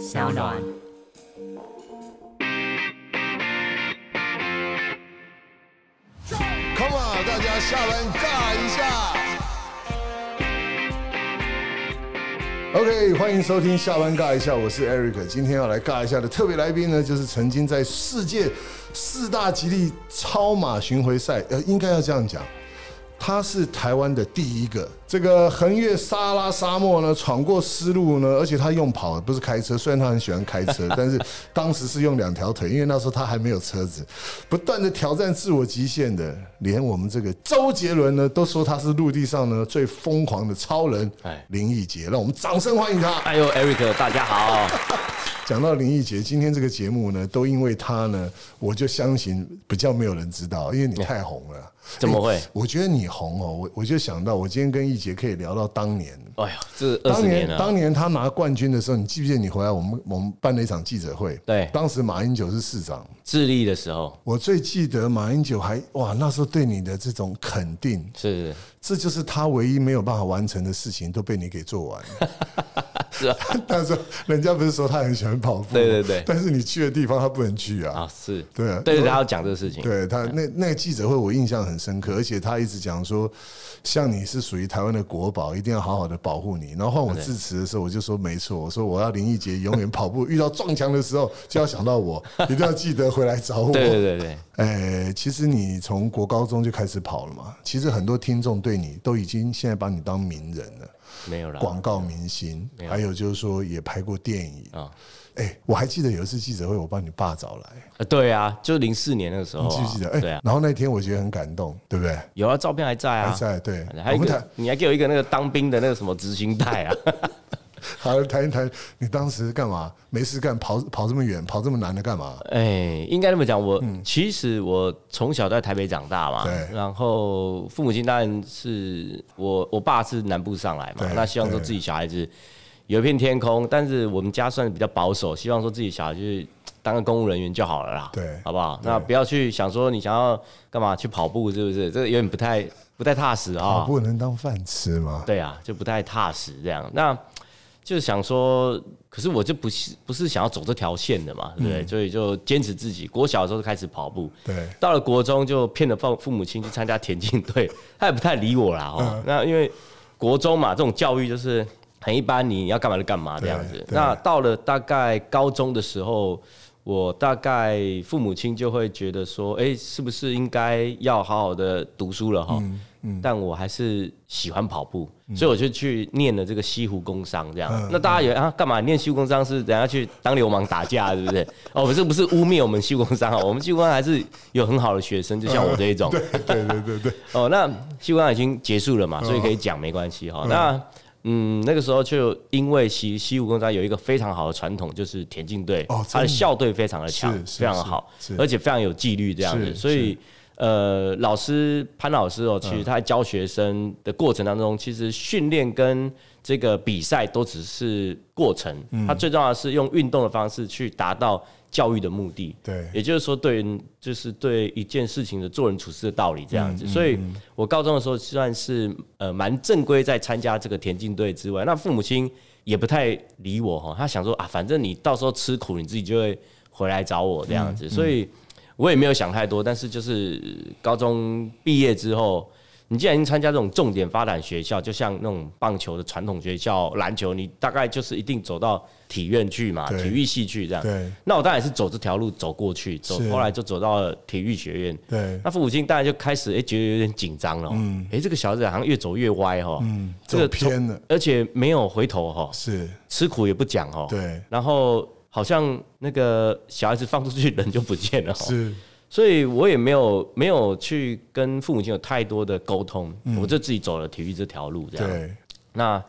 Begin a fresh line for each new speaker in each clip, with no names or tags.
小暖。
Come on，大家下班尬一下。OK，欢迎收听下班尬一下，我是 Eric。今天要来尬一下的特别来宾呢，就是曾经在世界四大吉利超马巡回赛，呃，应该要这样讲，他是台湾的第一个。这个横越撒哈拉沙漠呢，闯过丝路呢，而且他用跑，不是开车。虽然他很喜欢开车，但是当时是用两条腿，因为那时候他还没有车子，不断的挑战自我极限的。连我们这个周杰伦呢，都说他是陆地上呢最疯狂的超人
哎
林奕杰。让我们掌声欢迎他。
哎呦，Eric，大家好。
讲到林奕杰，今天这个节目呢，都因为他呢，我就相信比较没有人知道，因为你太红了。
怎么会
欸我觉得你红哦，我我就想到，我今天跟奕杰可以聊到当年。
哎呦，这二
当
十年
年，
了，
当年他拿冠军的时候，你记不记得你回来？我们我们办了一场记者会，
对
当时马英九是市长，
智利的时候
我最记得马英九还哇，那时候对你的这种肯定，
是
这就是他唯一没有办法完成的事情，都被你给做完了。
是啊，
但是人家不是说他很喜欢跑步，
对对对
但是你去的地方他不能去啊。
啊是，
对啊
对，他要讲这个事情，
对他那那个记者会，我印象很深刻，而且他一直讲说，像你是属于台湾的国宝，一定要好好的保护你。然后
啊
换我致辞的时候，我就说没错，我说我要林奕杰永远跑步，遇到撞墙的时候就要想到我， 一定要记得回来找我。
对对对对，
呃，其实你从国高中就开始跑了嘛，其实很多听众对你都已经现在把你当名人了，
没有啦。
广告明星，还有就是说也拍过电影
啊。
哎、我还记得有一次记者会，我把你爸找来，
呃对啊，就零四年那个时候
你记
啊，
不记得？哎、
对啊，
然后那天我觉得很感动，对不对？
有啊，照片还在啊，
还在对
还有一
我们台
个，你还给我一个那个当兵的那个什么执行带啊，
好，谈一谈你当时干嘛？没事干，跑跑这么远，跑这么难的干嘛？
哎，应该这么讲，我其实我从小在台北长大嘛
嗯对，
然后父母亲当然是我，我爸是南部上来嘛
对，
那希望说
对
自己小孩子有一片天空，但是我们家算是比较保守，希望说自己小孩就是当个公务人员就好了啦，
对
好不好？那不要去想说你想要干嘛去跑步，是不是？这个有点不太不太踏实啊
跑，步能当饭吃吗？
对啊，就不太踏实这样。那就是想说，可是我就不是不是想要走这条线的嘛，对
嗯
不对？所以就坚持自己。国小的时候就开始跑步，
对
到了国中就骗了父父母亲去参加田径队，他也不太理我啦哦。
嗯
那因为国中嘛，这种教育就是很一般，你要干嘛就干嘛这样
对
子。
对
那到了大概高中的时候。我大概父母亲就会觉得说，哎、是不是应该要好好的读书了哈？但我还是喜欢跑步，所以我就去念了这个西湖工商这样。那大家以为啊，干嘛念西湖工商是等下去当流氓打架，对不对？哦，不是，不是污蔑我们西湖工商啊，我们西湖工商还是有很好的学生，就像我这一种。
对 对对对，
哦，那西湖工商已经结束了
哦
嘛，所以可以讲没关系哈。那嗯，那个时候就因为西西湖工商有一个非常好的传统，就是田径队
哦，
它的
真的
校队非常的强
是，是
非常好
是，是
而且非常有纪律这样
是
子，所以。呃，老师潘老师哦，其实他在教学生的过程当中，其实训练跟这个比赛都只是过程，他最重要的是用运动的方式去达到教育的目的。
对
也就是说对，就是对一件事情的做人处事的道理这样子。所以我高中的时候算是呃蛮正规，在参加这个田径队之外，那父母亲也不太理我哈，他想说啊，反正你到时候吃苦，你自己就会回来找我这样子，所以。我也没有想太多，但是就是呃高中毕业之后，你既然已经参加这种重点发展学校，就像那种棒球的传统学校、篮球，你大概就是一定走到体院去嘛，
对
体育系去这样。
对
那我当然也是走这条路走过去，走
是
后来就走到了体育学院。
对
那父母亲当然就开始哎、诶觉得有点紧张了哦，哎、这个小孩子好像越走越歪哈、哦，嗯，这个
嗯走偏了
从而且没有回头哈、哦，
是，
吃苦也不讲哦，
对
然后好像那个小孩子放出去人就不见了、哦，
是，
所以我也没有没有去跟父母亲有太多的沟通，我就自己走了体育这条路，这
嗯
样。
对
那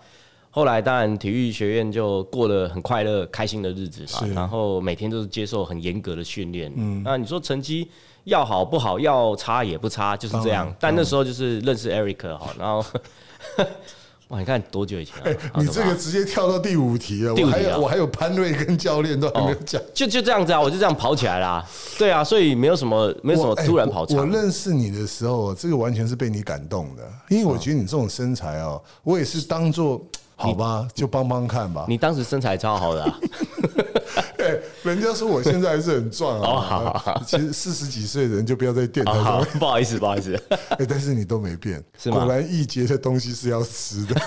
后来当然体育学院就过得很快乐、开心的日子嘛
是，
然后每天都是接受很严格的训练。嗯，那你说成绩要好不好，要差也不差，就是这
当
样
然。
但那时候就是认识 Eric 哈，然后 哇，你看多久以前啊？好
你
可
这
怕
个直接跳到第五题了，
第
我
五题哦
还
啊
有我还有潘瑞跟教练都还没有讲。
就就这样子啊，我就这样跑起来啦。对啊，所以没有什么没有什么
我哎
突然跑
我。我
长。
认识你的时候，这个完全是被你感动的，因为我
嗯
觉得你这种身材哦，我也是当做好吧，就帮帮看吧。
你当时身材超好的啊、
哎，人家说我现在还是很壮啊。
哦好好好
其实四十几岁的人就不要在电台
啊
上
好
面。，
不好意思，不好意思，
哎，但是你都没变，
是吗
果然一节的东西是要吃的。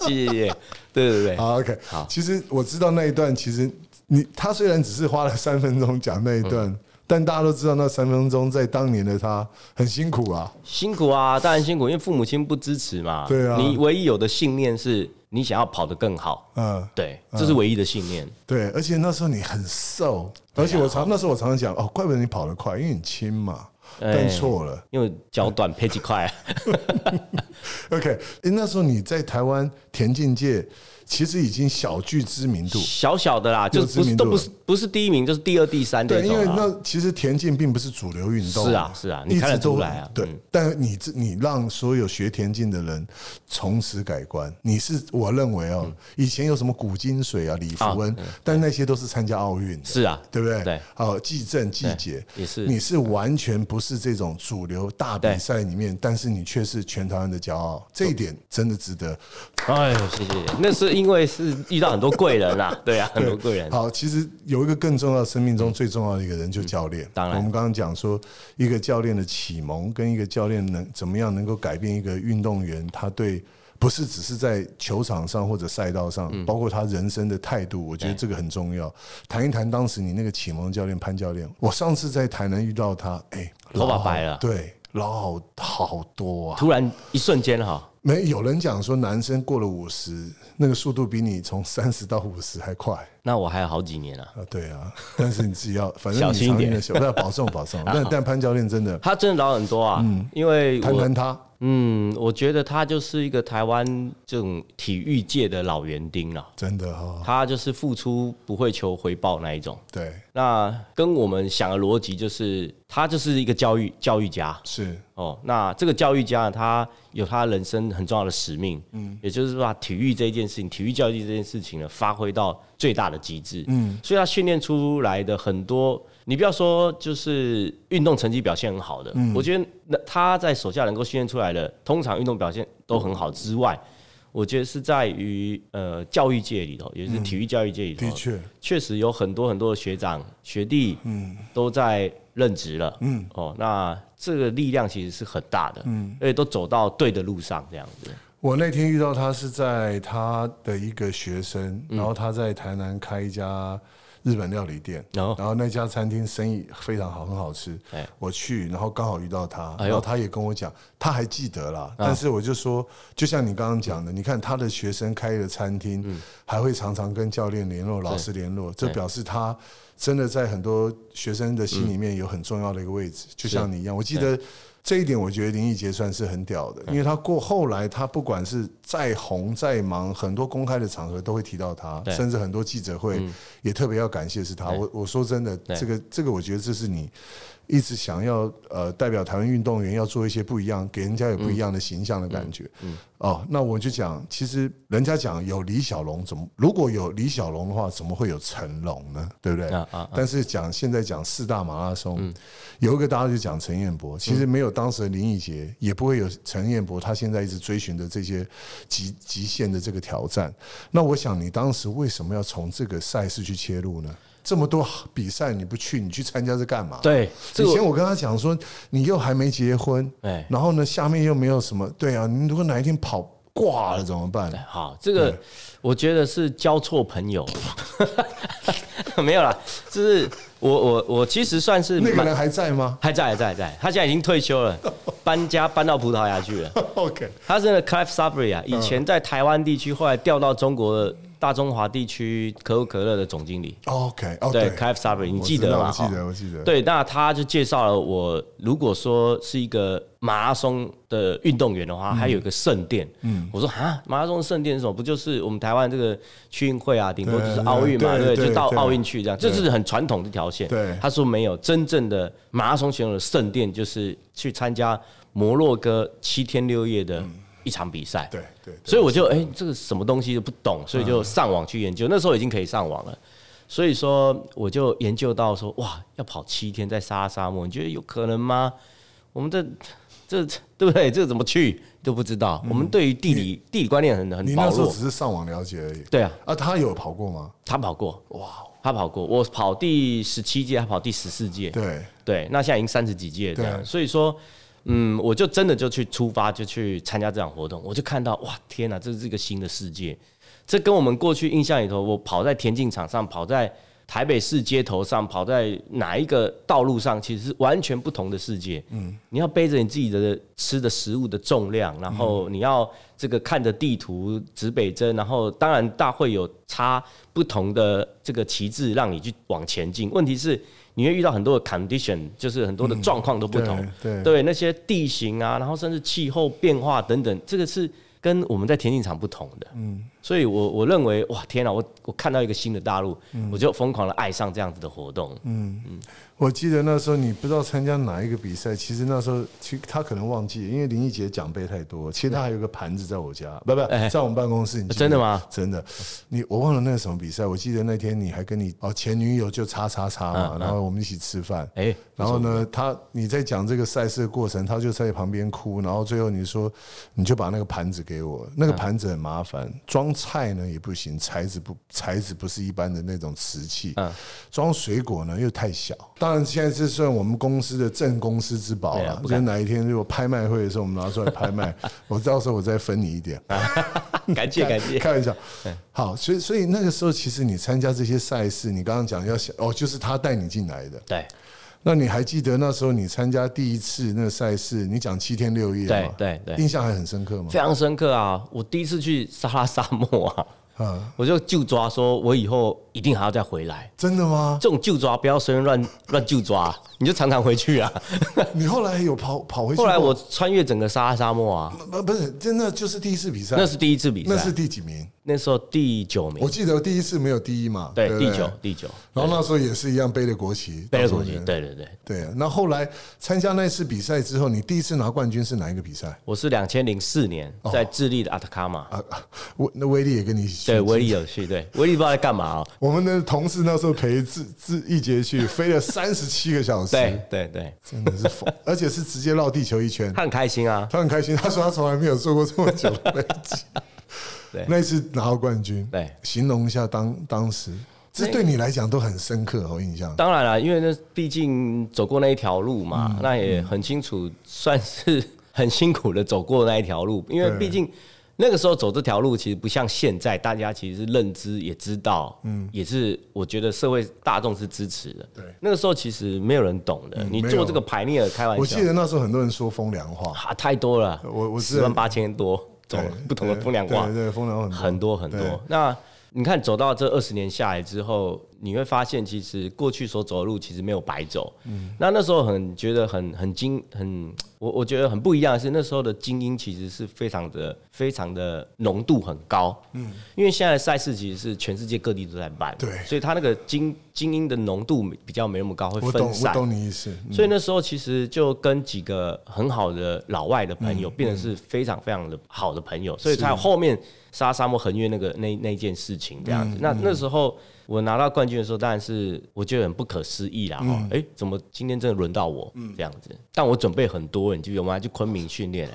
谢谢谢谢，对对对，
好，OK，
哎好
其实我知道那一段，其实你他虽然只是花了三分钟讲那一段，
嗯
但大家都知道那三分钟在当年的他很辛苦啊。
辛苦啊，当然辛苦，因为父母亲不支持嘛。
对啊
你唯一有的信念是你想要跑得更好，
嗯，
对，这是唯一的信念。
对，而且那时候你很瘦，
啊
而且我常那时候我常常讲哦，怪不得你跑得快，因为你轻嘛。
哎
但错了
因为脚短配几块，
嗯，OK，诶那时候你在台湾田径界其实已经小具知名度，
小小的 啦，
有
就
知
不是
名
都
度了
不是不是第一名，就是第二、第三
对，
那
因为
种啊。
那其实田径并不是主流运动，
是啊是啊
一
你看
直
得
都
出来啊
对
嗯，
但你这你让所有学田径的人从此改观，你是我认为哦，
嗯
以前有什么古今水啊、李福恩，但那些都是参加奥运的，
是啊，
对不对？
对，
好，季正、季杰
也是
你是完全不是这种主流大比赛里面，但是你却是全台湾的骄傲，这一点真的值得。
哎呦，谢谢，谢谢那是因为是遇到很多贵人啦，对啊，很 多贵人。嗯
好，其实有一个更重要，生命中最重要的一个人，就教练。
当然
我们刚刚讲说，一个教练的启蒙跟一个教练能怎么样能够改变一个运动员，他对不是只是在球场上或者赛道上，
嗯
包括他人生的态度，我觉得这个很重要。谈一谈当时你那个启蒙教练潘教练，我上次在台南遇到他，哎，
头发
老好
白了
对，老好好多啊。
突然一瞬间哈，
没有人讲说男生过了五十，那个速度比你从三十到五十还快。
那我还有好几年啊。
啊，对啊，但是你自己要，反正
小
你
心一
常
点
练的小，不要保重保 重。但但潘教练真的
他真的老很多啊，
嗯
因为
谈
我
谈他，
嗯，我觉得他就是一个台湾这种体育界的老园丁啦，
真的哈，
他就是付出不会求回报那一种。
对，
那跟我们想的逻辑就是，他就是一个教育教育家
是
哦。那这个教育家他有他人生很重要的使命，嗯，也就是把体育这件事情，体育教育这件事情呢，发挥到最大的极致，嗯，所以他训练出来的很多，你不要说就是运动成绩表现很好的，我觉得那他在手下能够训练出来的，通常运动表现都很好之外。我觉得是在于呃教育界里头，也就是体育教育界里头，
的确，
确实有很多很多的学长学弟，嗯，都在任职了，嗯，哦，那这个力量其实是很大的，嗯，而且都走到对的路上，这样子，
我那天遇到他是在他的一个学生，
嗯
然后他在台南开一家日本料理店，
然后
然后那家餐厅生意非常好，很好吃
哎。
我去，然后刚好遇到他，
哎呦啊
然后他也跟我讲，他还记得啦。但是我就说，就像你刚刚讲的，你看他的学生开的餐
嗯
厅，还会常常跟教练联络、老师联络，这表示他真的在很多学生的
嗯
心里面有很重要的一个位置，就像你一样。我记得。这一点我觉得林奕杰算是很屌的，因
嗯
为他过后来他不管是再红再忙，很多公开的场合都会提到他，
对嗯
甚至很多记者会也特别要感谢是他。我我说真的，这个这个我觉得这是你一直想要呃代表台湾运动员要做一些不一样，给人家有不一样的形象的感觉。
嗯
哦，那我就讲，其实人家讲有李小龙，怎么如果有李小龙的话，怎么会有成龙呢？对不对？
啊啊啊嗯
但是讲现在讲四大马拉松，有一个大家就讲陈彦博，其实没有当时的林奕杰，也不会有陈彦博他现在一直追寻的这些极极限的这个挑战。那我想，你当时为什么要从这个赛事去切入呢？这么多比赛你不去，你去参加是干嘛？
对，这
以前
个
我跟他讲说，你又还没结婚，
哎
然后呢，下面又没有什么，对啊，你如果哪一天跑挂了怎么办？
好，这个我觉得是交错朋友， 没有啦，就是我我我其实算是
那个
蛮
人还在 吗
还在还在还在，他现在已经退休了，搬家搬到葡萄牙去了。
？OK，
他是那个 Clive Sabry 啊，以前在台湾地区，后来调到中国的大中华地区可口可乐的总经理。
OK，哦，
对
对，
，Clive Sabry，你
我
记
知
得
道
吗？
我记
哦
得，我记得。，
对，那他就介绍了我，如果说是一个马拉松的运动员的话，还有一个圣殿。嗯，我说啊，马拉松圣殿是什么？不就是我们台湾这个区运会啊，顶多就是
对
奥运嘛，
对
对
对
不对？就到
对
奥运去这样，这就是很传统的一条线。
对
他说没有真正的马拉松选手的圣殿，就是去参加摩洛哥七天六夜的
嗯
一场比赛。
对，对，啊
所以我就哎、这个什么东西都不懂，所以
嗯
就上网去研究。那时候已经可以上网了，所以说我就研究到说，哇，要跑七天在撒哈拉沙漠，你觉得有可能吗？我们的这对不对？这怎么去都不知道。我们对于地理地理观念很
嗯你
很薄
那时候
弱
只。是上网了解而已。
对啊，
啊，他有跑过吗？
他跑过，
哇，
他跑过，我跑第十七届，他跑第十四届。
对，
对，那现在已经三十几届这样，
对
所以说，嗯，我就真的就去出发，就去参加这场活动，我就看到哇，天哪，这是一个新的世界，这跟我们过去印象里头，我跑在田径场上，跑在台北市街头上，跑在哪一个道路上，其实是完全不同的世界。嗯，你要背着你自己的吃的食物的重量，然后你要这个看着地图指北针，然后当然大会有插不同的这个旗帜让你去往前进。问题是你会遇到很多的 condition，就是很多的状况都不同。
嗯对对
对那些地形啊，然后甚至气候变化等等，这个是跟我们在田径场不同的。嗯，所以我我认为，哇，天哪，啊我我看到一个新的大陆，
嗯
我就疯狂的爱上这样子的活动。
我记得那时候你不知道参加哪一个比赛，其实那时候其实他可能忘记，因为林奕杰奖杯太多，其实他还有一个盘子在我家，不不，
哎
在我们办公室。你记得
真的吗？
真的，你我忘了那个什么比赛，我记得那天你还跟你哦前女友就叉叉叉嘛，然后我们一起吃饭，
嗯哎
然后呢，他你在讲这个赛事的过程，他就在旁边哭，然后最后你说你就把那个盘子给我，
嗯
那个盘子很麻烦，装菜呢也不行，材质不材质不是一般的那种瓷器，
嗯
装水果呢又太小。当然现在是算我们公司的正公司之宝
哎
了
呀，
就
不
是
敢
哪一天如果拍卖会的时候我们拿出来拍 卖，我到时候我再分你一点。
感谢感谢。嗯
开玩笑。 好，所以所以那个时候，其实你参加这些赛事，你刚刚讲要想哦，就是他带你进来的。
对
那你还记得那时候你参加第一次那个赛事，你讲七天六夜
对
嘛？
对对，
印象还很深刻吗？
非常深刻啊！我第一次去撒哈拉沙漠啊，
嗯
我就就抓说，我以后一定还要再回来。
真的吗？
这种就抓不要随便乱 乱就抓，你就常常回 去啊。
你后来有跑跑回去
后
过？
来我穿越整个撒哈拉沙 漠啊，
不不是，真的就是第一次比赛，
那是第一次比赛，
那是第几名？
那时候第九名
我，记得第一次没有第一嘛，
对
不
第九。第九，
然后那时候也是一样背着国旗，
贝勒
到
国
中
际
间，
对对对，
对。啊那后来参加那次比赛之后，你第一次拿冠军是哪一个比赛？
我是两千零四年在智利的阿塔卡马，
哦啊，啊威那威力也跟你一起去
对威力有去，对威力不知道在干嘛哦，
我们的同事那时候陪志志一杰去，飞了三十七个小时，
对，对对，
真的是疯， 而且是直接绕地球一圈。
他很开心啊，
他很开心，他说他从来没有坐过这么久的飞机。
对
那一次拿到冠军，
对
形容一下当当时，这对你来讲都很深刻哦，印象。
当然了，因为那毕竟走过那一条路嘛，
嗯
那也很清楚，算是很辛苦的走过那一条路。因为
对
毕竟那个时候走这条路，其实不像现在，大家其实是认知也知道，嗯，也是我觉得社会大众是支持的。
对嗯
那个时候其实没有人懂的，你
没有
做这个排列开玩
我
笑
记，得那时候很多人说风凉 话，
啊，太多了，
我我是
十万八千多种
对
不同的风凉话
对，对，风凉话很多
很多很
对
多。那你看走到这二十年下来之后，你会发现其实过去所走的路其实没有白走。
嗯
那那时候很觉得很很精很，我我觉得很不一样的是那时候的精英其实是非常的非常的浓度很高。嗯，因为现在的赛事其实是全世界各地都在办，
对
所以它那个精精英的浓度比较没那么高，会
我
分
懂，我
散。
懂你意思。
所以那时候其实就跟几个很好的老外的朋
嗯
友，变得是非常非常的好的朋友，所以才有后面杀沙漠横越那个那那件事情这
嗯
样子。那那时候我拿到冠军的时候，当然是我觉得很不可思议
嗯
啦，哈，哎，怎么今天真的轮到我这样子？但我准备很多，你记得吗？就昆明 训练，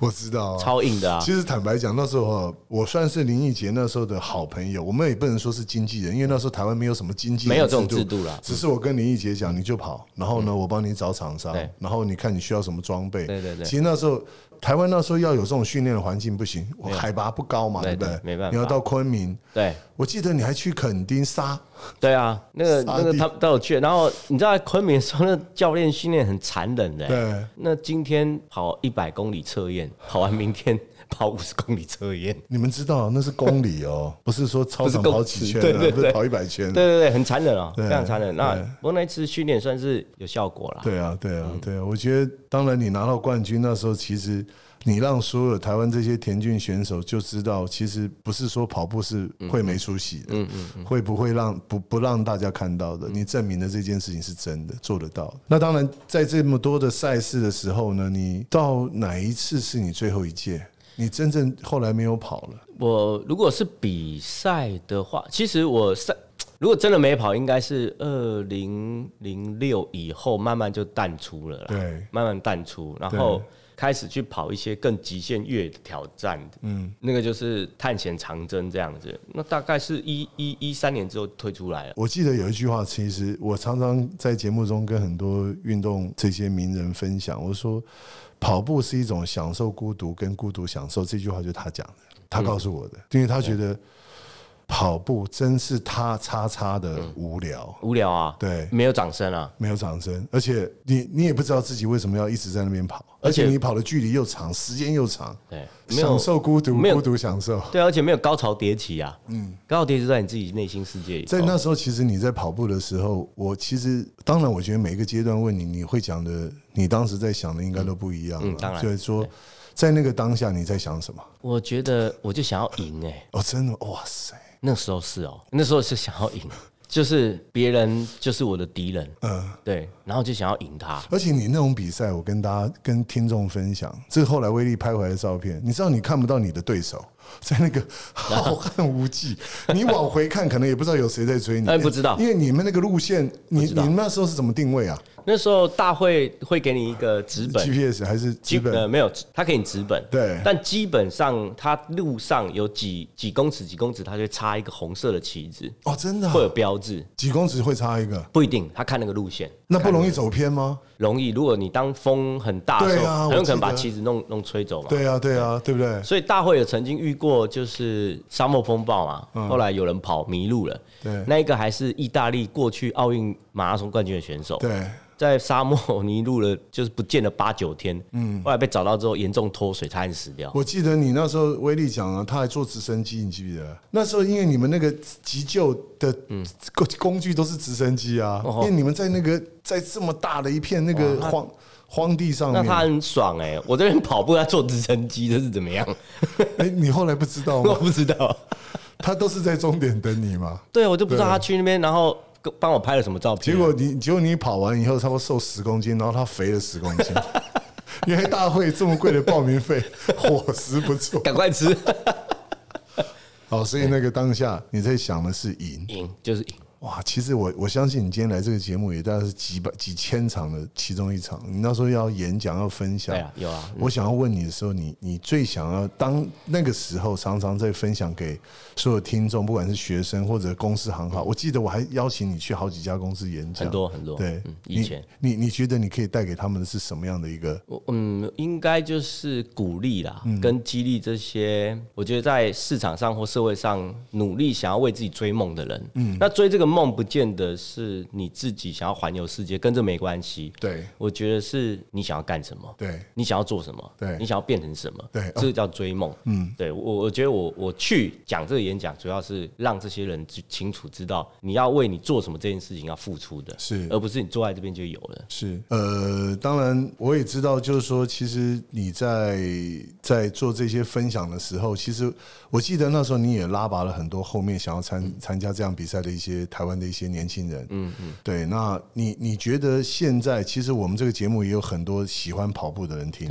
我知道啊，
超硬的啊，
其实坦白讲，那时候哦我算是林奕杰那时候的好朋友，我们也不能说是经纪人，因为那时候台湾没有什么经纪人
嗯没有这种
制
制度啦嗯
只是我跟林奕杰讲，你就跑，然后呢，我帮你找厂商
对，
然后你看你需要什么装备。
对对对
其实那时候台湾那时候要有这种训练的环境不行，我海拔不高嘛，
对
不对？
对没办法
你要到昆明。
对。
我记得你还去垦丁沙，
对啊，那个
沙
那个
地
他们都有去，然后你知道昆明的时候，那教练训练很残忍的、欸
对
那今天跑一百公里测验，跑完明天 跑五十公里测验。
你们知道那是公里哦，不是说操场
不是公
跑几
尺
圈
对
啊，
对
不是
对
跑一百圈啊。
对对对，很残忍哦，
对
非常残忍。那不过那一次训练算是有效果啦。
对啊，对啊，对啊！我觉得，当然你拿到冠军那时候，其实你让所有台湾这些田径选手就知道，其实不是说跑步是会没出息的，嗯嗯，会不会让不不让大家看到的？你证明了这件事情是真的，做得到的。那当然，在这么多的赛事的时候呢，你到哪一次是你最后一届？你真正后来没有跑了，
我如果是比赛的话，其实我赛如果真的没跑，应该是二零零六以后慢慢就淡出了啦。
对
慢慢淡出，然后开始去跑一些更极限越野的挑战，嗯，那个就是探险长征这样子。那大概是一一一三年之后推出来了。
我记得有一句话，其实我常常在节目中跟很多运动这些名人分享，我说跑步是一种享受孤独跟孤独享受，这句话就是他讲的，他告诉我的，因为他觉
嗯
得跑步真是他叉叉的无聊，
无聊啊，
对
没有掌声啊，
没有掌声，而且你你也不知道自己为什么要一直在那边跑，而
而且
且你跑的距离又长，时间又长，
对，没有
享受孤独，
没有
孤独享受。
对啊，而且没有高潮迭起啊，嗯，高潮迭起在你自己内心世界里头，哦
在那时候，其实你在跑步的时候，我其实当然，我觉得每一个阶段问你，你会讲的，你当时在想的应该都不一样
嗯嗯当
了。
然
就是说，在那个当下你在想什么？
我觉得我就想要赢哎、
哦，真的，哇塞，
那时候是哦，那时候是想要赢， 就是别人就是我的敌人，
嗯。
对，然后就想要赢他，
而且你那种比赛，我跟大家、跟听众分享，这是后来威力拍回来的照片。你知道，你看不到你的对手，在那个 浩瀚无际，你往回看，可能也不知道有谁在追你。
哎不知道
因为你们那个路线，你你们那时候是怎么定位啊
那时候大会会给你一个纸本。
？GPS 还是基
基
本？
呃没有，他给你纸本，
对
但基本上他路上有几几公尺几公尺，他就会插一个红色的旗子，
哦，真的啊、
会有标志，
几公尺会差一个，
不一定，他看那个路线
那不容易走偏吗？
容易。如果你当风很大的时
对啊
候，
我
很有可能
记得
把旗子弄弄吹走嘛。
对啊，对啊，对不对？
所以大会有曾经遇过就是沙漠风暴嘛，后来有人跑迷路了。
嗯对
那一个还是意大利过去奥运马拉松冠军的选手，
对，
在沙漠迷路了，就是不见了八九天，嗯，后来被找到之后严重脱水，差点死掉。
我记得你那时候威力讲啊了，他还坐直升机，你记不记得？那时候因为你们那个急救的工工具都是直升机啊，因
嗯哦
为你们在那个在这么大的一片那个荒荒地上
那
面，
他很爽哎、我这边跑步，他坐直升机，这是怎么样？
哎，你后来不知道
我
吗？
不 知道。
他都是在终点等你 嘛。
对，我就不知道他去那边，然后跟帮我拍了什么照片。
结果你结果你跑完以后，差不多瘦十公斤，然后他肥了十公斤。 因为大会这么贵的报名 费，伙食不错。
赶快吃，
好，所以那个当下你在想的是赢，
赢就是赢。
哇，其实我我相信你今天来这个节目也大概是几百几千场的其中一场。你那时候要演讲要分享，
对啊有啊
我想要问你的时候，你你最想要当那个时候常常在分享给所有听众，不管是学生或者公司行号。我记得我还邀请你去好几家公司演讲，
嗯很多很多
对
嗯，
你
以前
你你觉得你可以带给他们的是什么样的一个？
我嗯，应该就是鼓励啦，
嗯
跟激励这些，我觉得在市场上或社会上努力想要为自己追梦的人，嗯，那追这个梦不见得是你自己想要环游世界，跟这没关系。
对
我觉得是你想要干什么，
对
你想要做什么，
对
你想要变成什么，
对
这个叫追梦。嗯，对我我觉得我我去讲这个演讲，主要是让这些人知清楚知道你要为你做什么这件事情要付出的，
是
而不是你坐在这边就有了。
是，呃，当然我也知道，就是说，其实你在在做这些分享的时候，其实我记得那时候你也拉拔了很多后面想要参参加这样比赛的一些台湾的一些年轻人。嗯嗯，对。那你你觉得现在，其实我们这个节目也有很多喜欢跑步的人听。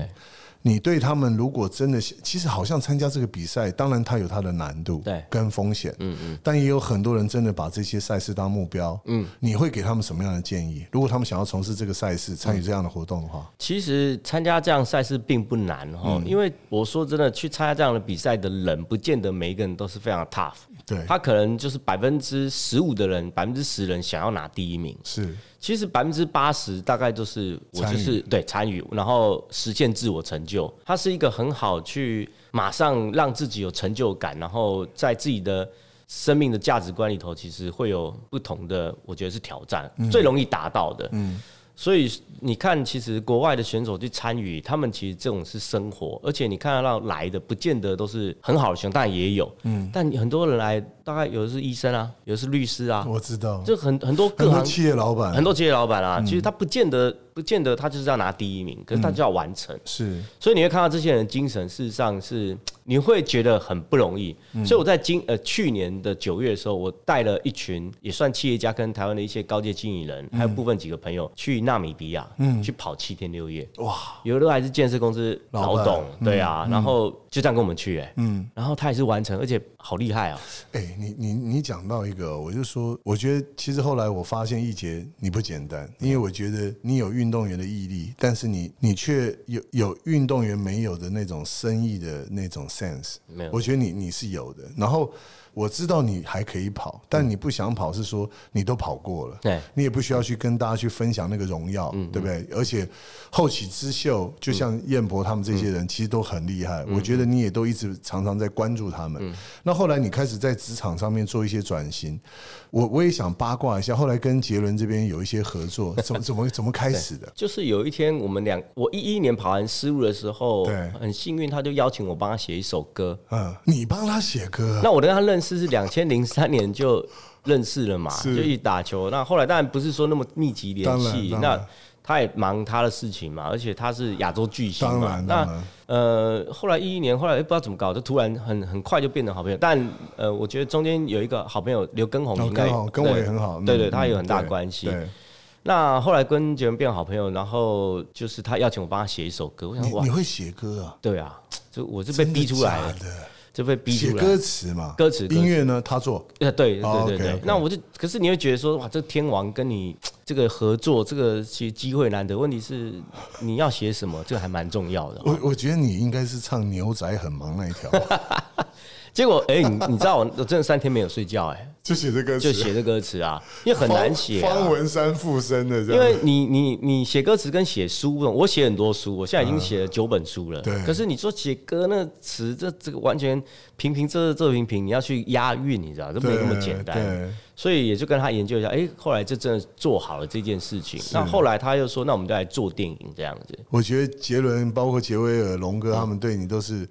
你对他们如果真的，其实好像参加这个比赛，当然它有它的难度，
对
跟风险，嗯嗯，但也有很多人真的把这些赛事当目标，嗯，你会给他们什么样的建议？如果他们想要从事这个赛事，参与这样的活动的话，
其实参加这样赛事并不难哈，因为我说真的，去参加这样的比赛的人，不见得每一个人都是非常 tough，
对，
他可能就是百分之十五的人，百分之十人想要拿第一名。
是
其实百分之八十大概就是我
参
就
与
是对参与，然后实现自我成就，它是一个很好去马上让自己有成就感，然后在自己的生命的价值观里头，其实会有不同的，我觉得是挑战、
嗯
最容易达到的。嗯，所以你看，其实国外的选手去参与，他们其实这种是生活，而且你看得到来的，不见得都是很好的选手，但也有，嗯，但很多人来，大概有的是医生啊，有的是律师啊。
我知道，
就很很多
很
各
多
行
企业老板
很多企业老板
嗯
啊，其实他不见得不见得他就是要拿第一名，可是他就要完成。
是
所以你会看到这些人的精神，事实上是你会觉得很不容易。
嗯
所以我在今呃去年的九月的时候，我带了一群也算企业家跟台湾的一些高阶经理人，
嗯
还有部分几个朋友去纳米比亚，去跑七天六夜，
哇，
有的都还是建设公司
老
老
板嗯
董，对啊，然后就这样跟我们去，哎，然后他也是完成，而且好厉 害啊，
哎、你你你讲到哦一个，我就说，我觉得其实后来我发现一杰你不简单，因为我觉得你有运运动员的毅力，但是你你却有有运动员没有的那种生意的那种 sense。
没有
我觉得你你是有的。然后我知道你还可以跑，但你不想跑是说你都跑过了，
嗯对
你也不需要去跟大家去分享那个荣耀，
嗯
对不对？而且后起之秀，就像燕博他们这些人，
嗯
其实都很厉害。我觉得你也都一直常常在关注他
嗯
们。那后来你开始在职场上面做一些转型，我我也想八卦一下，后来跟杰伦这边有一些合 作，怎么怎么怎么开始的？
就是有一天我们两，我一一年跑完失误的时候
对，
很幸运他就邀请我帮他写一首歌。
嗯，你帮他写歌啊，
那我跟他认识是两千零三年就认识了嘛，就是一起打球。那后来当然不是说那么密集联系，
当然当然
那他也忙他的事情嘛，而且他是亚洲巨星
当
嘛
然。当
那
然
呃，后来一一年，后来、诶不知道怎么搞，就突然很很快就变成好朋友。但呃，我觉得中间有一个好朋友刘根红
哦
应该
跟好跟我
对
也很好，
对对，
嗯
他有很大
对
关系。
对
那后来跟杰伦变好朋友，然后就是他邀请我帮他写一首歌，我想
你
哇
你，会写歌啊？
对啊，就我是被逼出来
真
的
的，假的，
就被逼
写
出来。
歌词嘛，
歌词歌词
音乐呢，他做。
呃，对
哦
对对对
OK，OK，
那我就，可是你会觉得说，哇，这天王跟你这个合作，这个其实机会难得。问题是你要写什么，这个还蛮重要的。
我我觉得你应该是唱《牛仔很忙》那一条，
结果，哎，你你知道我我真的三天没有睡觉，哎，
就写这歌词，
就写这歌词啊，因为很难写啊
方。方文山附身的这样，
因为你你你写歌词跟写书不同，我写很多书，我现在已经写了九本书了。
对
可是你说写歌那词，这这个完全平平仄仄仄平平，你要去押韵，你知道，这没那么简单。
对，
所以也就跟他研究一下，哎、后来就真的做好了这件事情。那后来他又说，那我们就来做电影这样子。
我觉得杰伦、包括杰威尔、龙哥他们对你都是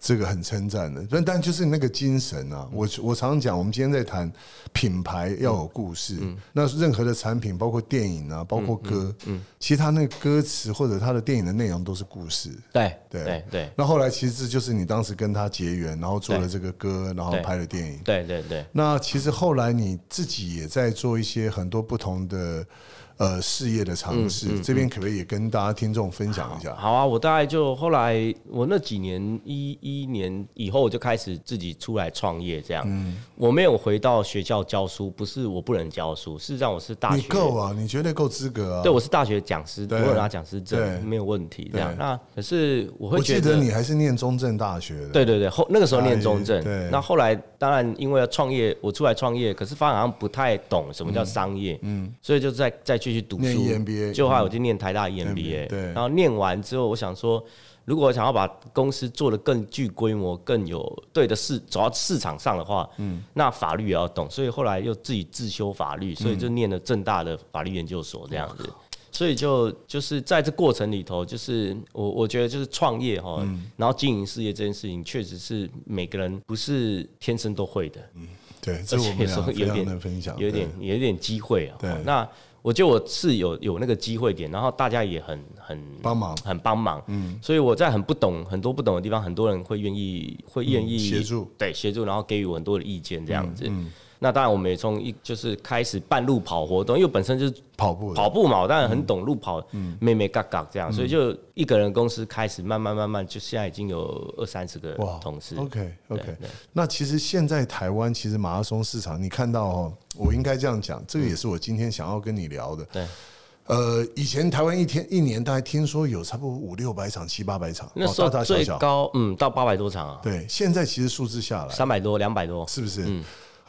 这个很称赞的，但但就是那个精神
嗯
啊，我我常常讲，我们今天在谈品牌要有故事，
嗯
那任何的产品，包括电影啊，包括歌，
嗯
其实他那个歌词或者他的电影的内容都是故事。
对
对
对对
那后来其实这就是你当时跟他结缘，然后做了
对
这个歌，然后
对
拍了电影。
对对对，
那其实后来你自己也在做一些很多不同的呃事业的尝
嗯
试，这边可不可以也跟大家听众分享一下？
好啊！我大概就后来我那几年一一年以后，我就开始自己出来创业这样。
嗯
我没有回到学校教书，不是我不能教书，事实上我是大
你
学
够啊，你绝对够资格啊！
对，我是大学讲师，我
对
有拿讲师
对
证，没有问题。这样
对，
那可是我会
我
觉
记
得
得，你还是念中正大学的，
对对对，后那个时候念中正
哎对，
那后来当然因为要创业，我出来创业，可是发现好像不太懂什么叫商业，嗯，所以就再再继续读
念
书
EMBA
就后来我就念台大 E
EMBA
EMBA，
对
然后念完之后，我想说。如果我想要把公司做得更具规模、更有对的市走到市场上的话，嗯，那法律也要懂，所以后来又自己自修法
嗯
律，所以就念了正大的法律研究所这样子。所以就就是在这过程里头，就是我我觉得就是创业哈，
嗯
然后经营事业这件事情，确实是每个人不是天生都会的，
对，这我们
而且
俩
有
非
有
常
点
能分享，
有点有点机会啊
哦对。
那我觉得我是有有那个机会点，然后大家也很很
帮忙
很帮忙，嗯，所以我在很不懂很多不懂的地方，很多人会愿意会愿意
嗯协助，嗯
对协助，然后给予我很多的意见这样子。那当然，我们也从一就是开始半路跑活动，因为我本身就是
跑步的
跑步嘛，我当然很懂路跑，
嗯
妹妹嘎嘎这样，所以就一个人公司开始慢慢慢慢，就现在已经有二三十个
哇，
同事。
OK
对
OK
对。
那其实现在台湾其实马拉松市场，你看到哦，我应该这样讲，这个也是我今天想要跟你聊的。
对，
呃，以前台湾一天一年大概听说有差不多五六百场、七八百场，
那
哦
时
大
候
大小
最
小。
高嗯到八百多场啊，
对，现在其实数字下来，
三百多两百多，
是不是？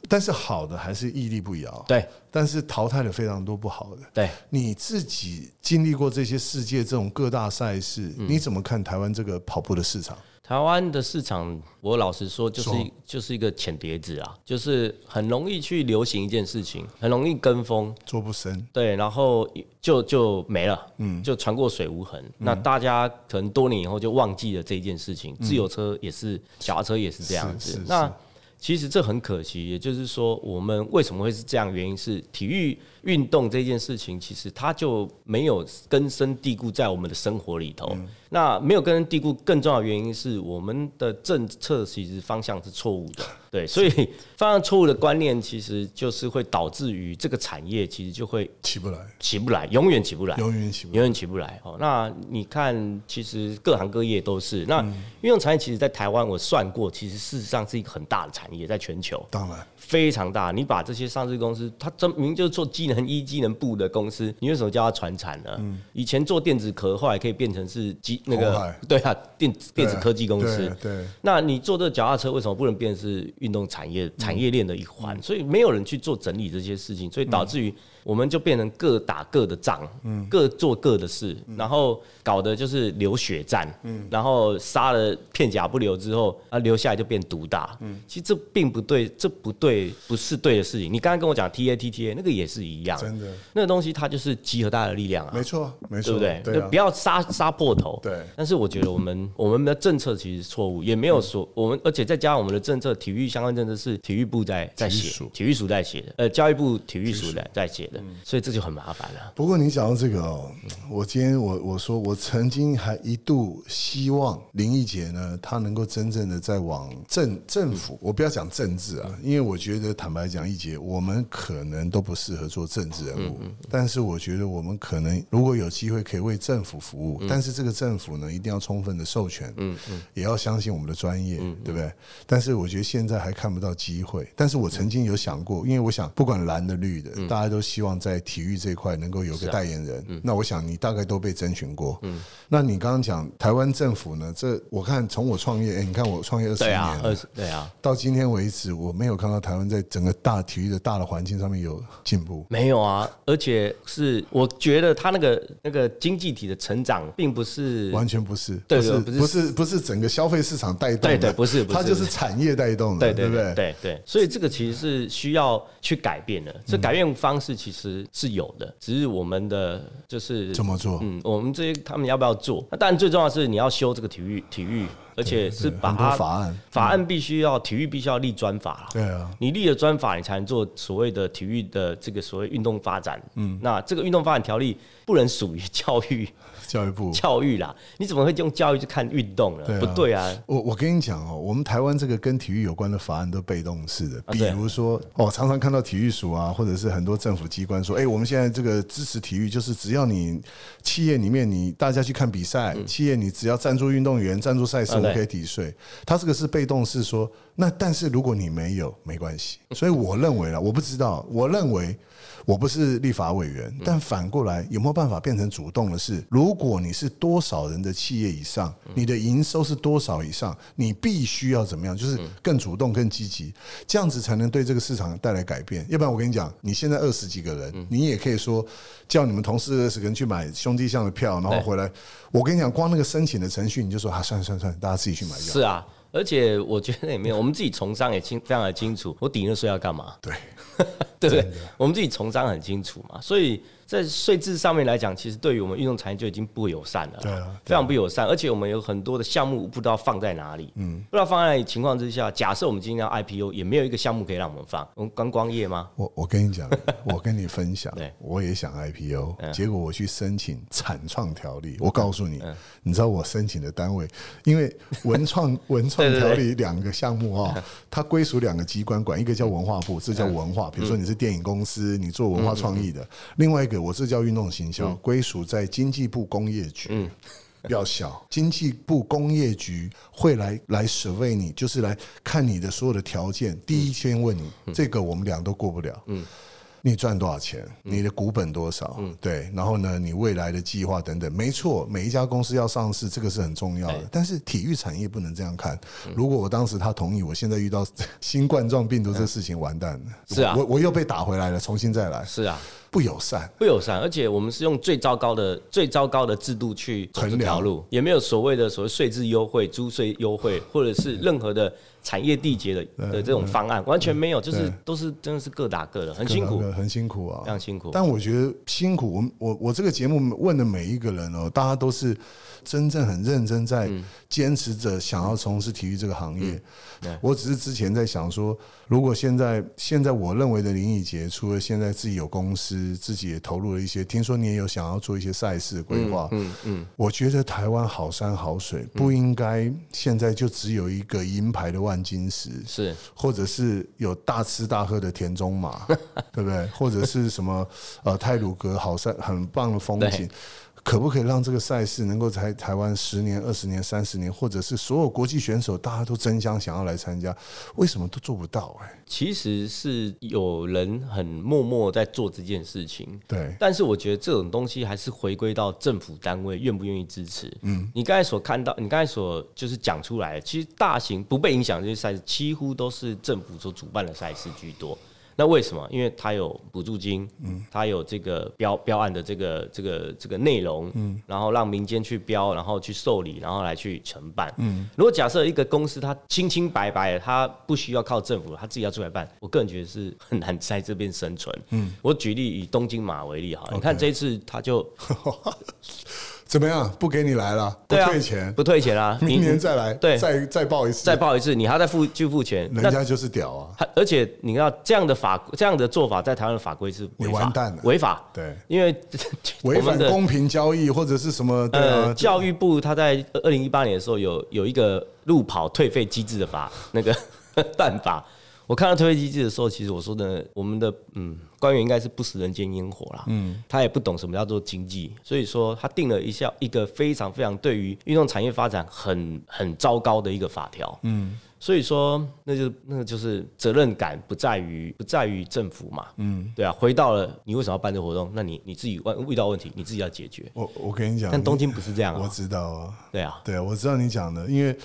但是好的还是屹立不摇，
嗯对
但是淘汰了非常多不好的。
对。
你自己经历过这些世界这种各大赛事，
嗯
你怎么看台湾这个跑步的市场？
台湾的市场，我老实说，就是
说
就是一个浅碟子啊，就是很容易去流行一件事情，很容易跟风，
做不深，
对，然后就就没了，嗯，就船过水无痕。那大家可能多年以后就忘记了这一件事情，自由车也是，小踏车也是这样
是
子
是。
那其实这很可惜，也就是说，我们为什么会是这样？原因是体育运动这件事情，其实它就没有根深蒂固在我们的生活里头。那没有根深蒂固，更重要的原因是我们的政策其实方向是错误的。对，所以犯上错误的观念，其实就是会导致于这个产业其实就会
起不来，
起不来，永远起不来，
永远起不来。
永远起不来。哦，那你看，其实各行各业都是。
嗯
那运动产业其实，在台湾我算过，其实事实上是一个很大的产业，在全球
当然，
非常大。你把这些上市公司，它真明明就是做技能一、技能部的公司，你为什么叫它传产呢？以前做电子壳，后来可以变成是机那
红
个
嗯海
对啊，电子电子科技公
对
司。
对，
那你做这个脚踏车，为什么不能变成是运动产业
嗯
产业链的一环？所以没有人去做整理这些事情，所以导致于我们就变成各打各的仗，
嗯
各做各的事，然后搞的就是流血战，
嗯
然后杀了片甲不留之后，啊，留下来就变独大。
嗯
其实这并不对，这不对，不是对的事情。你刚刚跟我讲 T A T T A 那个也是一样，
真的
那个东西它就是集合大家的力量啊，
没错，没
对
错，
不对？
对
就
啊
不，要杀杀破头。
对
但是我觉得我们我们的政策其实是错误，也没有说我们，而且再加上我们的政策，体育相关政策是体育部在在
体育
写
署，
体育署在写的，呃，教育部体育署在在写的，
嗯
所以这就很麻烦了。
不过你讲到这个哦，我今天我我说我曾经还一度希望林奕杰呢，他能够真正的在往政政府，我不要讲政治啊，因为我觉得坦白讲，奕杰我们可能都不适合做政治人物，但是我觉得我们可能如果有机会可以为政府服务，但是这个政府呢一定要充分的授权，嗯嗯，也要相信我们的专业，对不对？但是我觉得现在还看不到机会，但是我曾经有想过，
嗯
因为我想不管蓝的绿的，大家都希望在体育这一块能够有个
啊
代言人，
嗯
那我想你大概都被征询过，嗯，那你刚刚讲台湾政府呢，这我看从我创业，哎，你看我创业二十
对
年
啊，
了
二。十对啊，
到今天为止，我没有看到台湾在整个大体育的大的环境上面有进步。
没有啊，而且是我觉得他那个那个经济体的成长并不是
完全不是，
嗯对
不是
不是
不是不是整个消费市场带动的，
对对不是不是
它就是产业带动的，
对
对
对
不
对？对对，所以这个其实是需要去改变的。
嗯
这改变方式其实是有的，只是我们的就是
怎么做？
嗯，我们这些他们要不要做？那当然最重要的是你要修这个体育体育，而且是把
很
它
多法案，
法案必须要体育必须要立专法啦。
对啊，
你立了专法，你才能做所谓的体育的这个所谓运动发展。嗯，那这个运动发展条例不能属于教育
嗯教育部。
教育啦，你怎么会用教育去看运动呢？
对啊
不对啊，
我我跟你讲哦，我们台湾这个跟体育有关的法案都被动式的，比
啊对
如说哦，常常看到体育署啊，或者是很多政府机关说，
嗯
哎，我们现在这个支持体育，就是只要你企业里面你大家去看比赛，企业你只要赞助运动员、赞助赛事，
嗯啊
我
对
可以抵税。他这个是被动式说，那但是如果你没有，没关系。所以我认为啦，我不知道，我认为我不是立法委员，
嗯
但反过来有没有办法变成主动的是，如果你是多少人的企业以上，
嗯
你的营收是多少以上，你必须要怎么样，就是
嗯
更主动、更积极，这样子才能对这个市场带来改变。要不然我跟你讲，你现在二十几个
嗯
人，你也可以说叫你们同事二十个人去买兄弟象的票，然后
对
回来。我跟你讲，光那个申请的程序，你就说啊，算了算了算了，大家自己去买就好。
是啊。而且我觉得也没有，我们自己从商也清非常的清楚，我抵那税要干嘛？
对，
对不对？我们自己从商很清楚嘛，所以在税制上面来讲，其实对于我们运动产业就已经不友善了啦，
对啊
非常不友善。而且我们有很多的项目不知道放在哪里，嗯，不知道放在哪里情况之下，假设我们今天要 IPO，也没有一个项目可以让我们放，我们观光业吗？
我我跟你 讲，我跟你分享
对，嗯
我也想 IPO，、结果我去申请产创条例。我告诉你，
嗯
你知道我申请的单位，因 为文创文创
对对
条
对嗯
例两个项目啊、它归属两个机关管，一个叫文化部，这叫文化，
嗯
比如说你是电影公司，你做文化创意的；另外一个我这叫运动行
嗯
销，归属在经济部工业局。不要笑，经济部工业局会来来 survey 你，就是来看你的所有的条件。第一先问你，
嗯
这个我们俩都过不了。嗯。你赚多少钱？
嗯
你的股本多少？对，然后呢，你未来的计划等等，没错，每一家公司要上市，这个是很重要的
对。嗯
但是体育产业不能这样看。如果我当时他同意，我现在遇到 新冠状病毒这事情，完蛋了。
嗯是啊
我我又被打回来了，重新再来，
是 啊，
不友善。
不友善。而且我们是用最糟糕的、最糟糕的制度去走这条路，也没有所谓的所谓税制优惠、租税优惠，或者是任何的产业缔结的的这种方案，完全没有，就是都是真的是各打各的，很辛苦
可，能很辛苦啊，
非常辛苦。
但我觉得辛苦，我们我我这个节目问的每一个人哦，大家都是真正很认真在坚持着想要从事体育这个行业。我只是之前在想说，如果现在现在我认为的林奕杰，除了现在自己有公司，实自己也投入了一些，听说你也有想要做一些赛事规划。嗯嗯，我觉得台湾好山好水，不应该现在就只有一个银牌的万金石，
是
或者是有大吃大喝的田中 马，对不对？或者是什么呃泰鲁格好山很棒的风景
对。
可不可以让这个赛事能够在台湾十年、二十年、三十年，或者是所有国际选手大家都争相想要来参加？为什么都做不到、哎，
其实是有人很默默在做这件事情。
对，
但是我觉得这种东西还是回归到政府单位愿不愿意支持。嗯，你刚才所看到，你刚才所就是讲出来，其实大型不被影响的这些赛事，几乎都是政府所主办的赛事居多。那为什么？因为它有补助金，嗯，它有这个标标案的这个这个这个内容，嗯，然后让民间去标，然后去受理，然后来去承办，嗯。如果假设一个公司它清清白白的，它不需要靠政府，它自己要出来办，我个人觉得是很难在这边生存。嗯，我举例以东京马为例哈，你看这一次 它就
怎么样？不给你来了，不
对啊
退钱，
不退 钱啊，
明
你
年再来，
对
再再报一次，
再报一次，你还要再付去付钱，那
人家就是屌啊！
他而且你要这样的法这样的做法，在台湾的法规是违
你
法
完蛋了
违法。
对，
因为
违
我
反
们的
公平交易或者是什么？对啊
呃，教育部他在二零一八年的时候有有一个路跑退费机制的法那个 办法。我看到退费机制的时候，其实我说的，我们的嗯官员应该是不食人间烟火啦，嗯，他也不懂什么叫做经济，所以说他定了一下一个非常非常对于运动产业发展很很糟糕的一个法条，嗯，所以说那就那个就是责任感不在于不在于政府嘛，嗯，对啊，回到了你为什么要办这个活动，那你你自己问遇到问题你自己要解决，
我我跟你讲，
但东
你
京不是这样
嗯
啊，
我知道啊，
对啊，
对，我知道你讲的，因为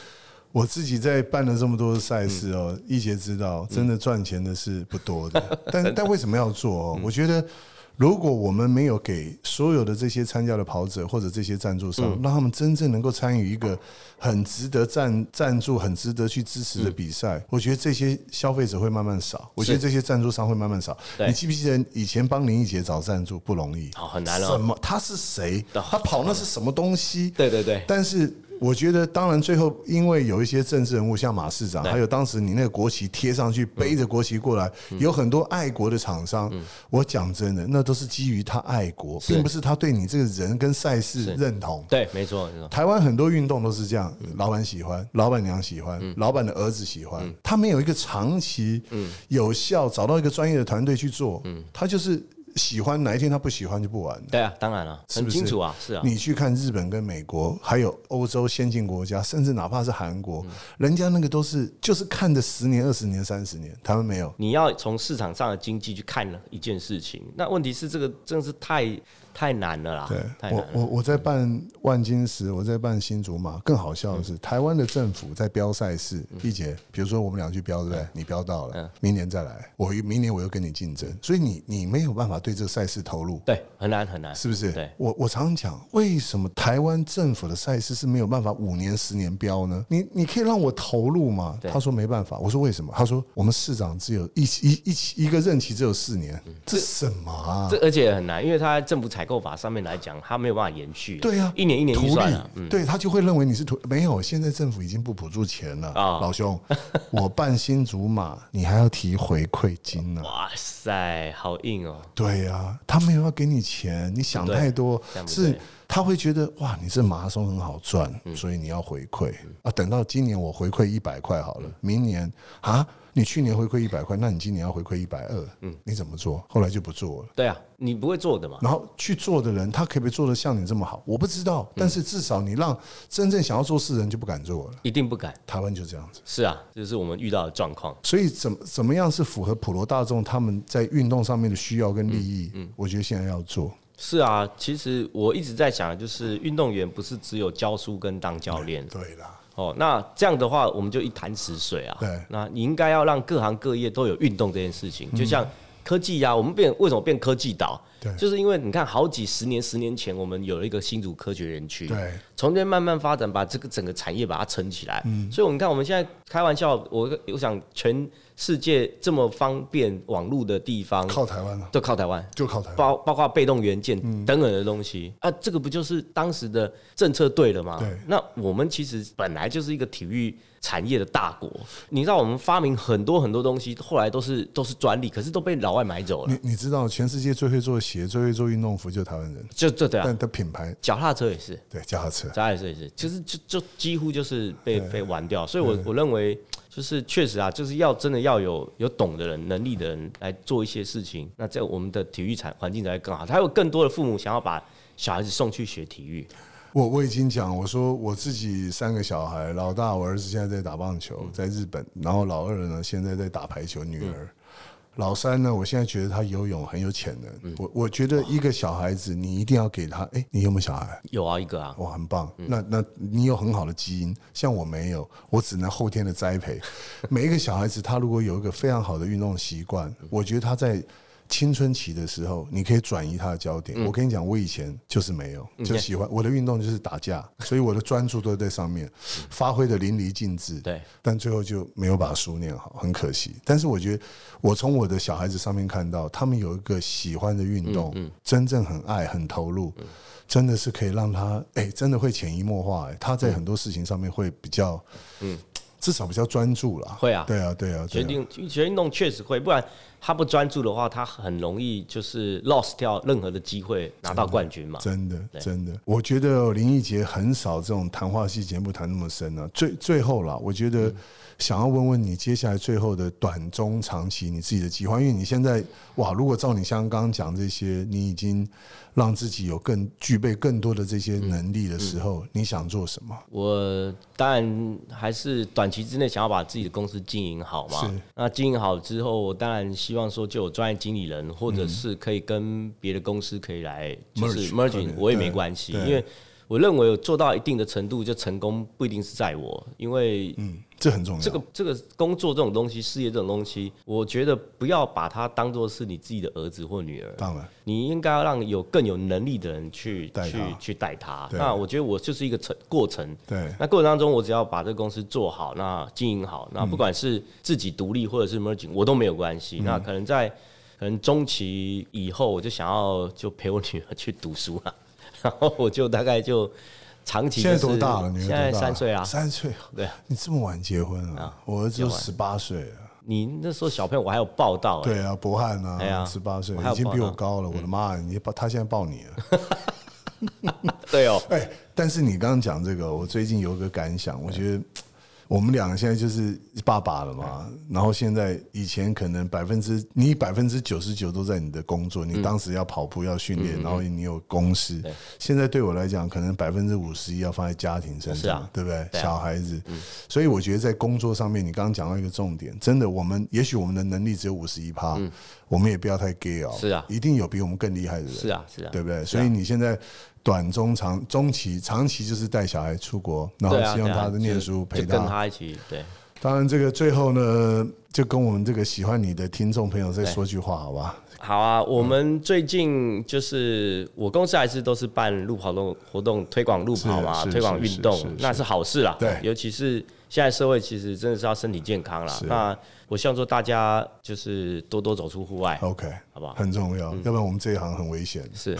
我自己在办了这么多的
嗯
赛事哦，一杰知道，真的赚钱的是不多 的，但但为什么要做
嗯
哦？我觉得。如果我们没有给所有的这些参加的跑者或者这些赞助
嗯
商，让他们真正能够参与一个很值得赞赞助、很值得去支持的
嗯
比赛，我觉得这些消费者会慢慢少，我觉得这些赞助商会慢慢少。
对
你记不记得以前帮林奕杰找赞助不容易？
好很难哦哦
什么？他是谁？他跑那是什么东西？
对对对，
但是我觉得，当然最后因为有一些政治人物，像马市长，
对
还有当时你那个国旗贴上去，背着国旗过来，有很多爱国的厂商。我讲真的，那都是基于他爱国，并不是他对你这个人跟赛事认同。
对，没错，没错，
台湾很多运动都是这样，老板喜欢，老板娘喜欢，老板的儿子喜欢，他没有一个长期有效找到一个专业的团队去做，他就是喜欢哪一天他不喜欢就不玩了。
对啊，当然了，很
不是
清楚啊，是啊，
你去看日本跟美国，还有欧洲先进国家，甚至哪怕是韩
嗯
国，人家那个都是就是看的十年、二十年、三十年，他们没有。
你要从市场上的经济去看一件事情，那问题是这个真的是太太难了啦，太难
我
了，
我我在办万金石，我在办新竹马。更好笑的是，台湾的政府在标赛事，
嗯
丽姐，比如说我们俩去标，对不对？你标到了，明年再来，我明年我又跟你竞争，所以你你没有办法对这个赛事投入。
对，很难很难，
是不是？
对，
我我常常讲，为什么台湾政府的赛事是没有办法五年、十年标呢？你你可以让我投入吗？他说没办法。我说为什么？他说我们市长只有一一一一个任期只有四年，这什么啊？
嗯这而且很难，因为它在政府采购法上面来讲，它没有办法延续，啊
对呀、
一年一年预
图
算
利
啊，，
对他就会认为你是图没有。现在政府已经不补助钱了，
啊
老兄，我办新竹马，你还要提回馈金呢、
哇塞，好硬哦，
对呀、他没有要给你钱，你想太多
这样，不对嗯
是他会觉得哇，你这马拉松很好赚，所以你要回馈啊。等到今年我回馈一百块好了，
嗯
明年啊，你去年回馈一百块，那你今年要回馈一百二，嗯，你怎么做？后来就不做了。
对啊，你不会做的嘛，
然后去做的人，他可不可以做得像你这么好？我不知道，
嗯
但是至少你让真正想要做事的人就不敢做了。
一定不敢，
台湾就这样子。
是啊，这是我们遇到的状况，
所以怎么怎么样是符合普罗大众他们在运动上面的需要跟利益？
嗯
我觉得现在要做。
是啊，其实我一直在想，就是运动员不是只有教书跟当教练，
对啦，
哦，那这样的话，我们就一潭死水啊。
对嗯
那你应该要让各行各业都有运动这件事情，就像科技呀、我们变为什么变科技岛？
对
就是因为你看好几十年、十年前，我们有了一个新竹科学园区，
对，
从这边慢慢发展，把这个整个产业把它撑起来。
嗯
所以我们看我们现在开玩笑，我我想全世界这么方便网络的地方，
靠台湾了，啊
都靠台湾。
就靠台湾。
包包括被动元件
嗯
等等的东西、啊，这个不就是当时的政策对了吗
对？
那我们其实本来就是一个体育产业的大国，你知道我们发明很多很多东西，后来都是都是专利，可是都被老外买走了
你，你知道，全世界最会做鞋、最会做运动服就是台湾人，
就这对啊，
但的品牌
脚踏车也是。
对脚踏车，
脚踏车也是，其实就就几乎就是被被玩掉，所以我我认为就是确实啊，就是要真的要有有懂的人、能力的人来做一些事情，那这样我们的体育产环境才会更好，才有更多的父母想要把小孩子送去学体育。
我我已经讲，我说我自己三个小孩，老大我儿子现在在打棒
嗯
球，在日本，然后老二呢现在在打排球，女儿。老三呢？我现在觉得他游泳很有潜
嗯
能。我我觉得一个小孩子，你一定要给他。哎，你有没有小孩？
有啊，一个啊，
哇，很棒！那那你有很好的基因，像我没有，我只能后天的栽培。 每一个小孩子，他如果有一个非常好的运动习惯，我觉得他在青春期的时候，你可以转移他的焦点。我跟你讲，我以前就是没有，就喜欢我的运动就是打架，所以我的专注都在上面，发挥的淋漓尽致。
对，
但最后就没有把书念好，很可惜。但是我觉得，我从我的小孩子上面看到，他们有一个喜欢的运动，
嗯
真正很爱、很投入，真的是可以让他哎、真的会潜移默化、哎他在
嗯
很多事情上面会比较，嗯，至少比较专注啦。
会啊
对啊，对啊，对
学
啊。
运学运动确实会，不然他不专注的话，他很容易就是 lost 掉任何的机会拿到冠军嘛。
真的，真的，我觉得哦林奕杰很少这种谈话系节目谈那么深啊。最最后啦，我觉
嗯
得想要问问你接下来最后的短、中、长期你自己的计划，因为你现在哇，如果照你像刚刚讲这些，你已经让自己有更具备更多的这些能力的时
嗯
候，你想做什么？
我当然还是短期之内想要把自己的公司经营好嘛
是。
那经营好之后，我当然希望说就有专业经理人，或者是可以跟别的公司可以来就是
嗯 Merge，
merging，
对
我也没关系，
对
因为我认为我做到一定的程度，就成功不一定是在我，因为
嗯，这很重要。
这个这个工作这种东西，事业这种东西，我觉得不要把它当做是你自己的儿子或女儿，
当然，
你应该要让有更有能力的人去
带
去
他
去带他。
对
那我觉得我就是一个成过程。
对
那过程当中，我只要把这个公司做好，那经营好，
嗯
那不管是自己独立或者是 merging，我都没有关系。那可能在可能中期以后，我就想要就陪我女儿去读书了， 然后我就大概就长期、
现
就
在多
是、
大了？你
现在三岁啊。
三岁，
对，
你这么晚结婚啊？我儿子都
结婚
十八岁了。
你那时候小朋友我还有报道、欸，
对啊，博翰
哎
啊，
呀
十八岁
我还有
已经比
报
我
道嗯
高了，我的妈！你抱他现在抱你了。
对哦，
哎，但是你刚刚讲这个，我最近有一个感想，
哎
我觉得我们两个现在就是爸爸了
哎
嘛，然后现在以前可能百分之你百分之九十九都在你的工作，
嗯
你当时要跑步要训练，然后你有公司，现在对我来讲，可能百分之五十一要放在家庭身
是
上
啊，
对不对？
对啊
小孩子，所以我觉得在工作上面，你刚刚讲到一个重点，真的，我们也许我们的能力只有五十一趴，我们也不要太 gay 哦，
嗯是啊
一定有比我们更厉害的人，
是啊，是啊，
对不对？所以你现在短、中、长、中期、长期就是带小孩出国，然后
对啊
希望
对啊
他的念书
就
陪
就跟
他。
他一起，对，
当然，这个最后呢，就跟我们这个喜欢你的听众朋友再说句话，好吧？
好啊，我们最近就是我公司还是都是办路跑动活动，推广路跑嘛，
是是
推广运
是是是
动，那是好事啦。
对
尤其是现在社会其实真的是要身体健康啦。那我希望说大家就是多多走出户外，
OK，
好不好嗯
很重要，要不然我们这一行很危险。
是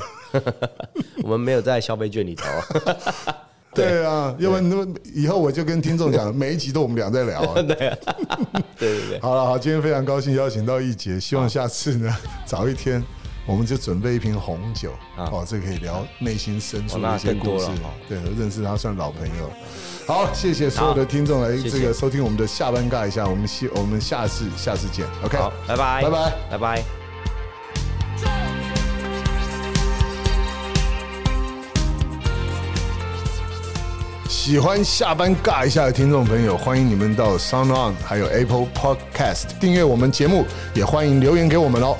我们没有在消费券里头啊，对
对啊，要不然那么以后我就跟听众讲，每一集都我们俩在聊 啊。
对对对。啊
好了，好，今天非常高兴邀请到易杰，希望下次呢早一天，我们就准备一瓶红酒，哦，这可以聊内心深处
啊哦
的
那
一些
更多
故事
了哦，
对，认识他算老朋友。好，谢谢所有的听众来
谢
这个收听我们的下班尬一下，我们下我们下次下次见，OK，
好，拜拜，
拜拜。
拜拜。
喜欢下班尬一下的听众朋友，欢迎你们到 Sound On 还有 Apple Podcast 订阅我们节目，也欢迎留言给我们哦。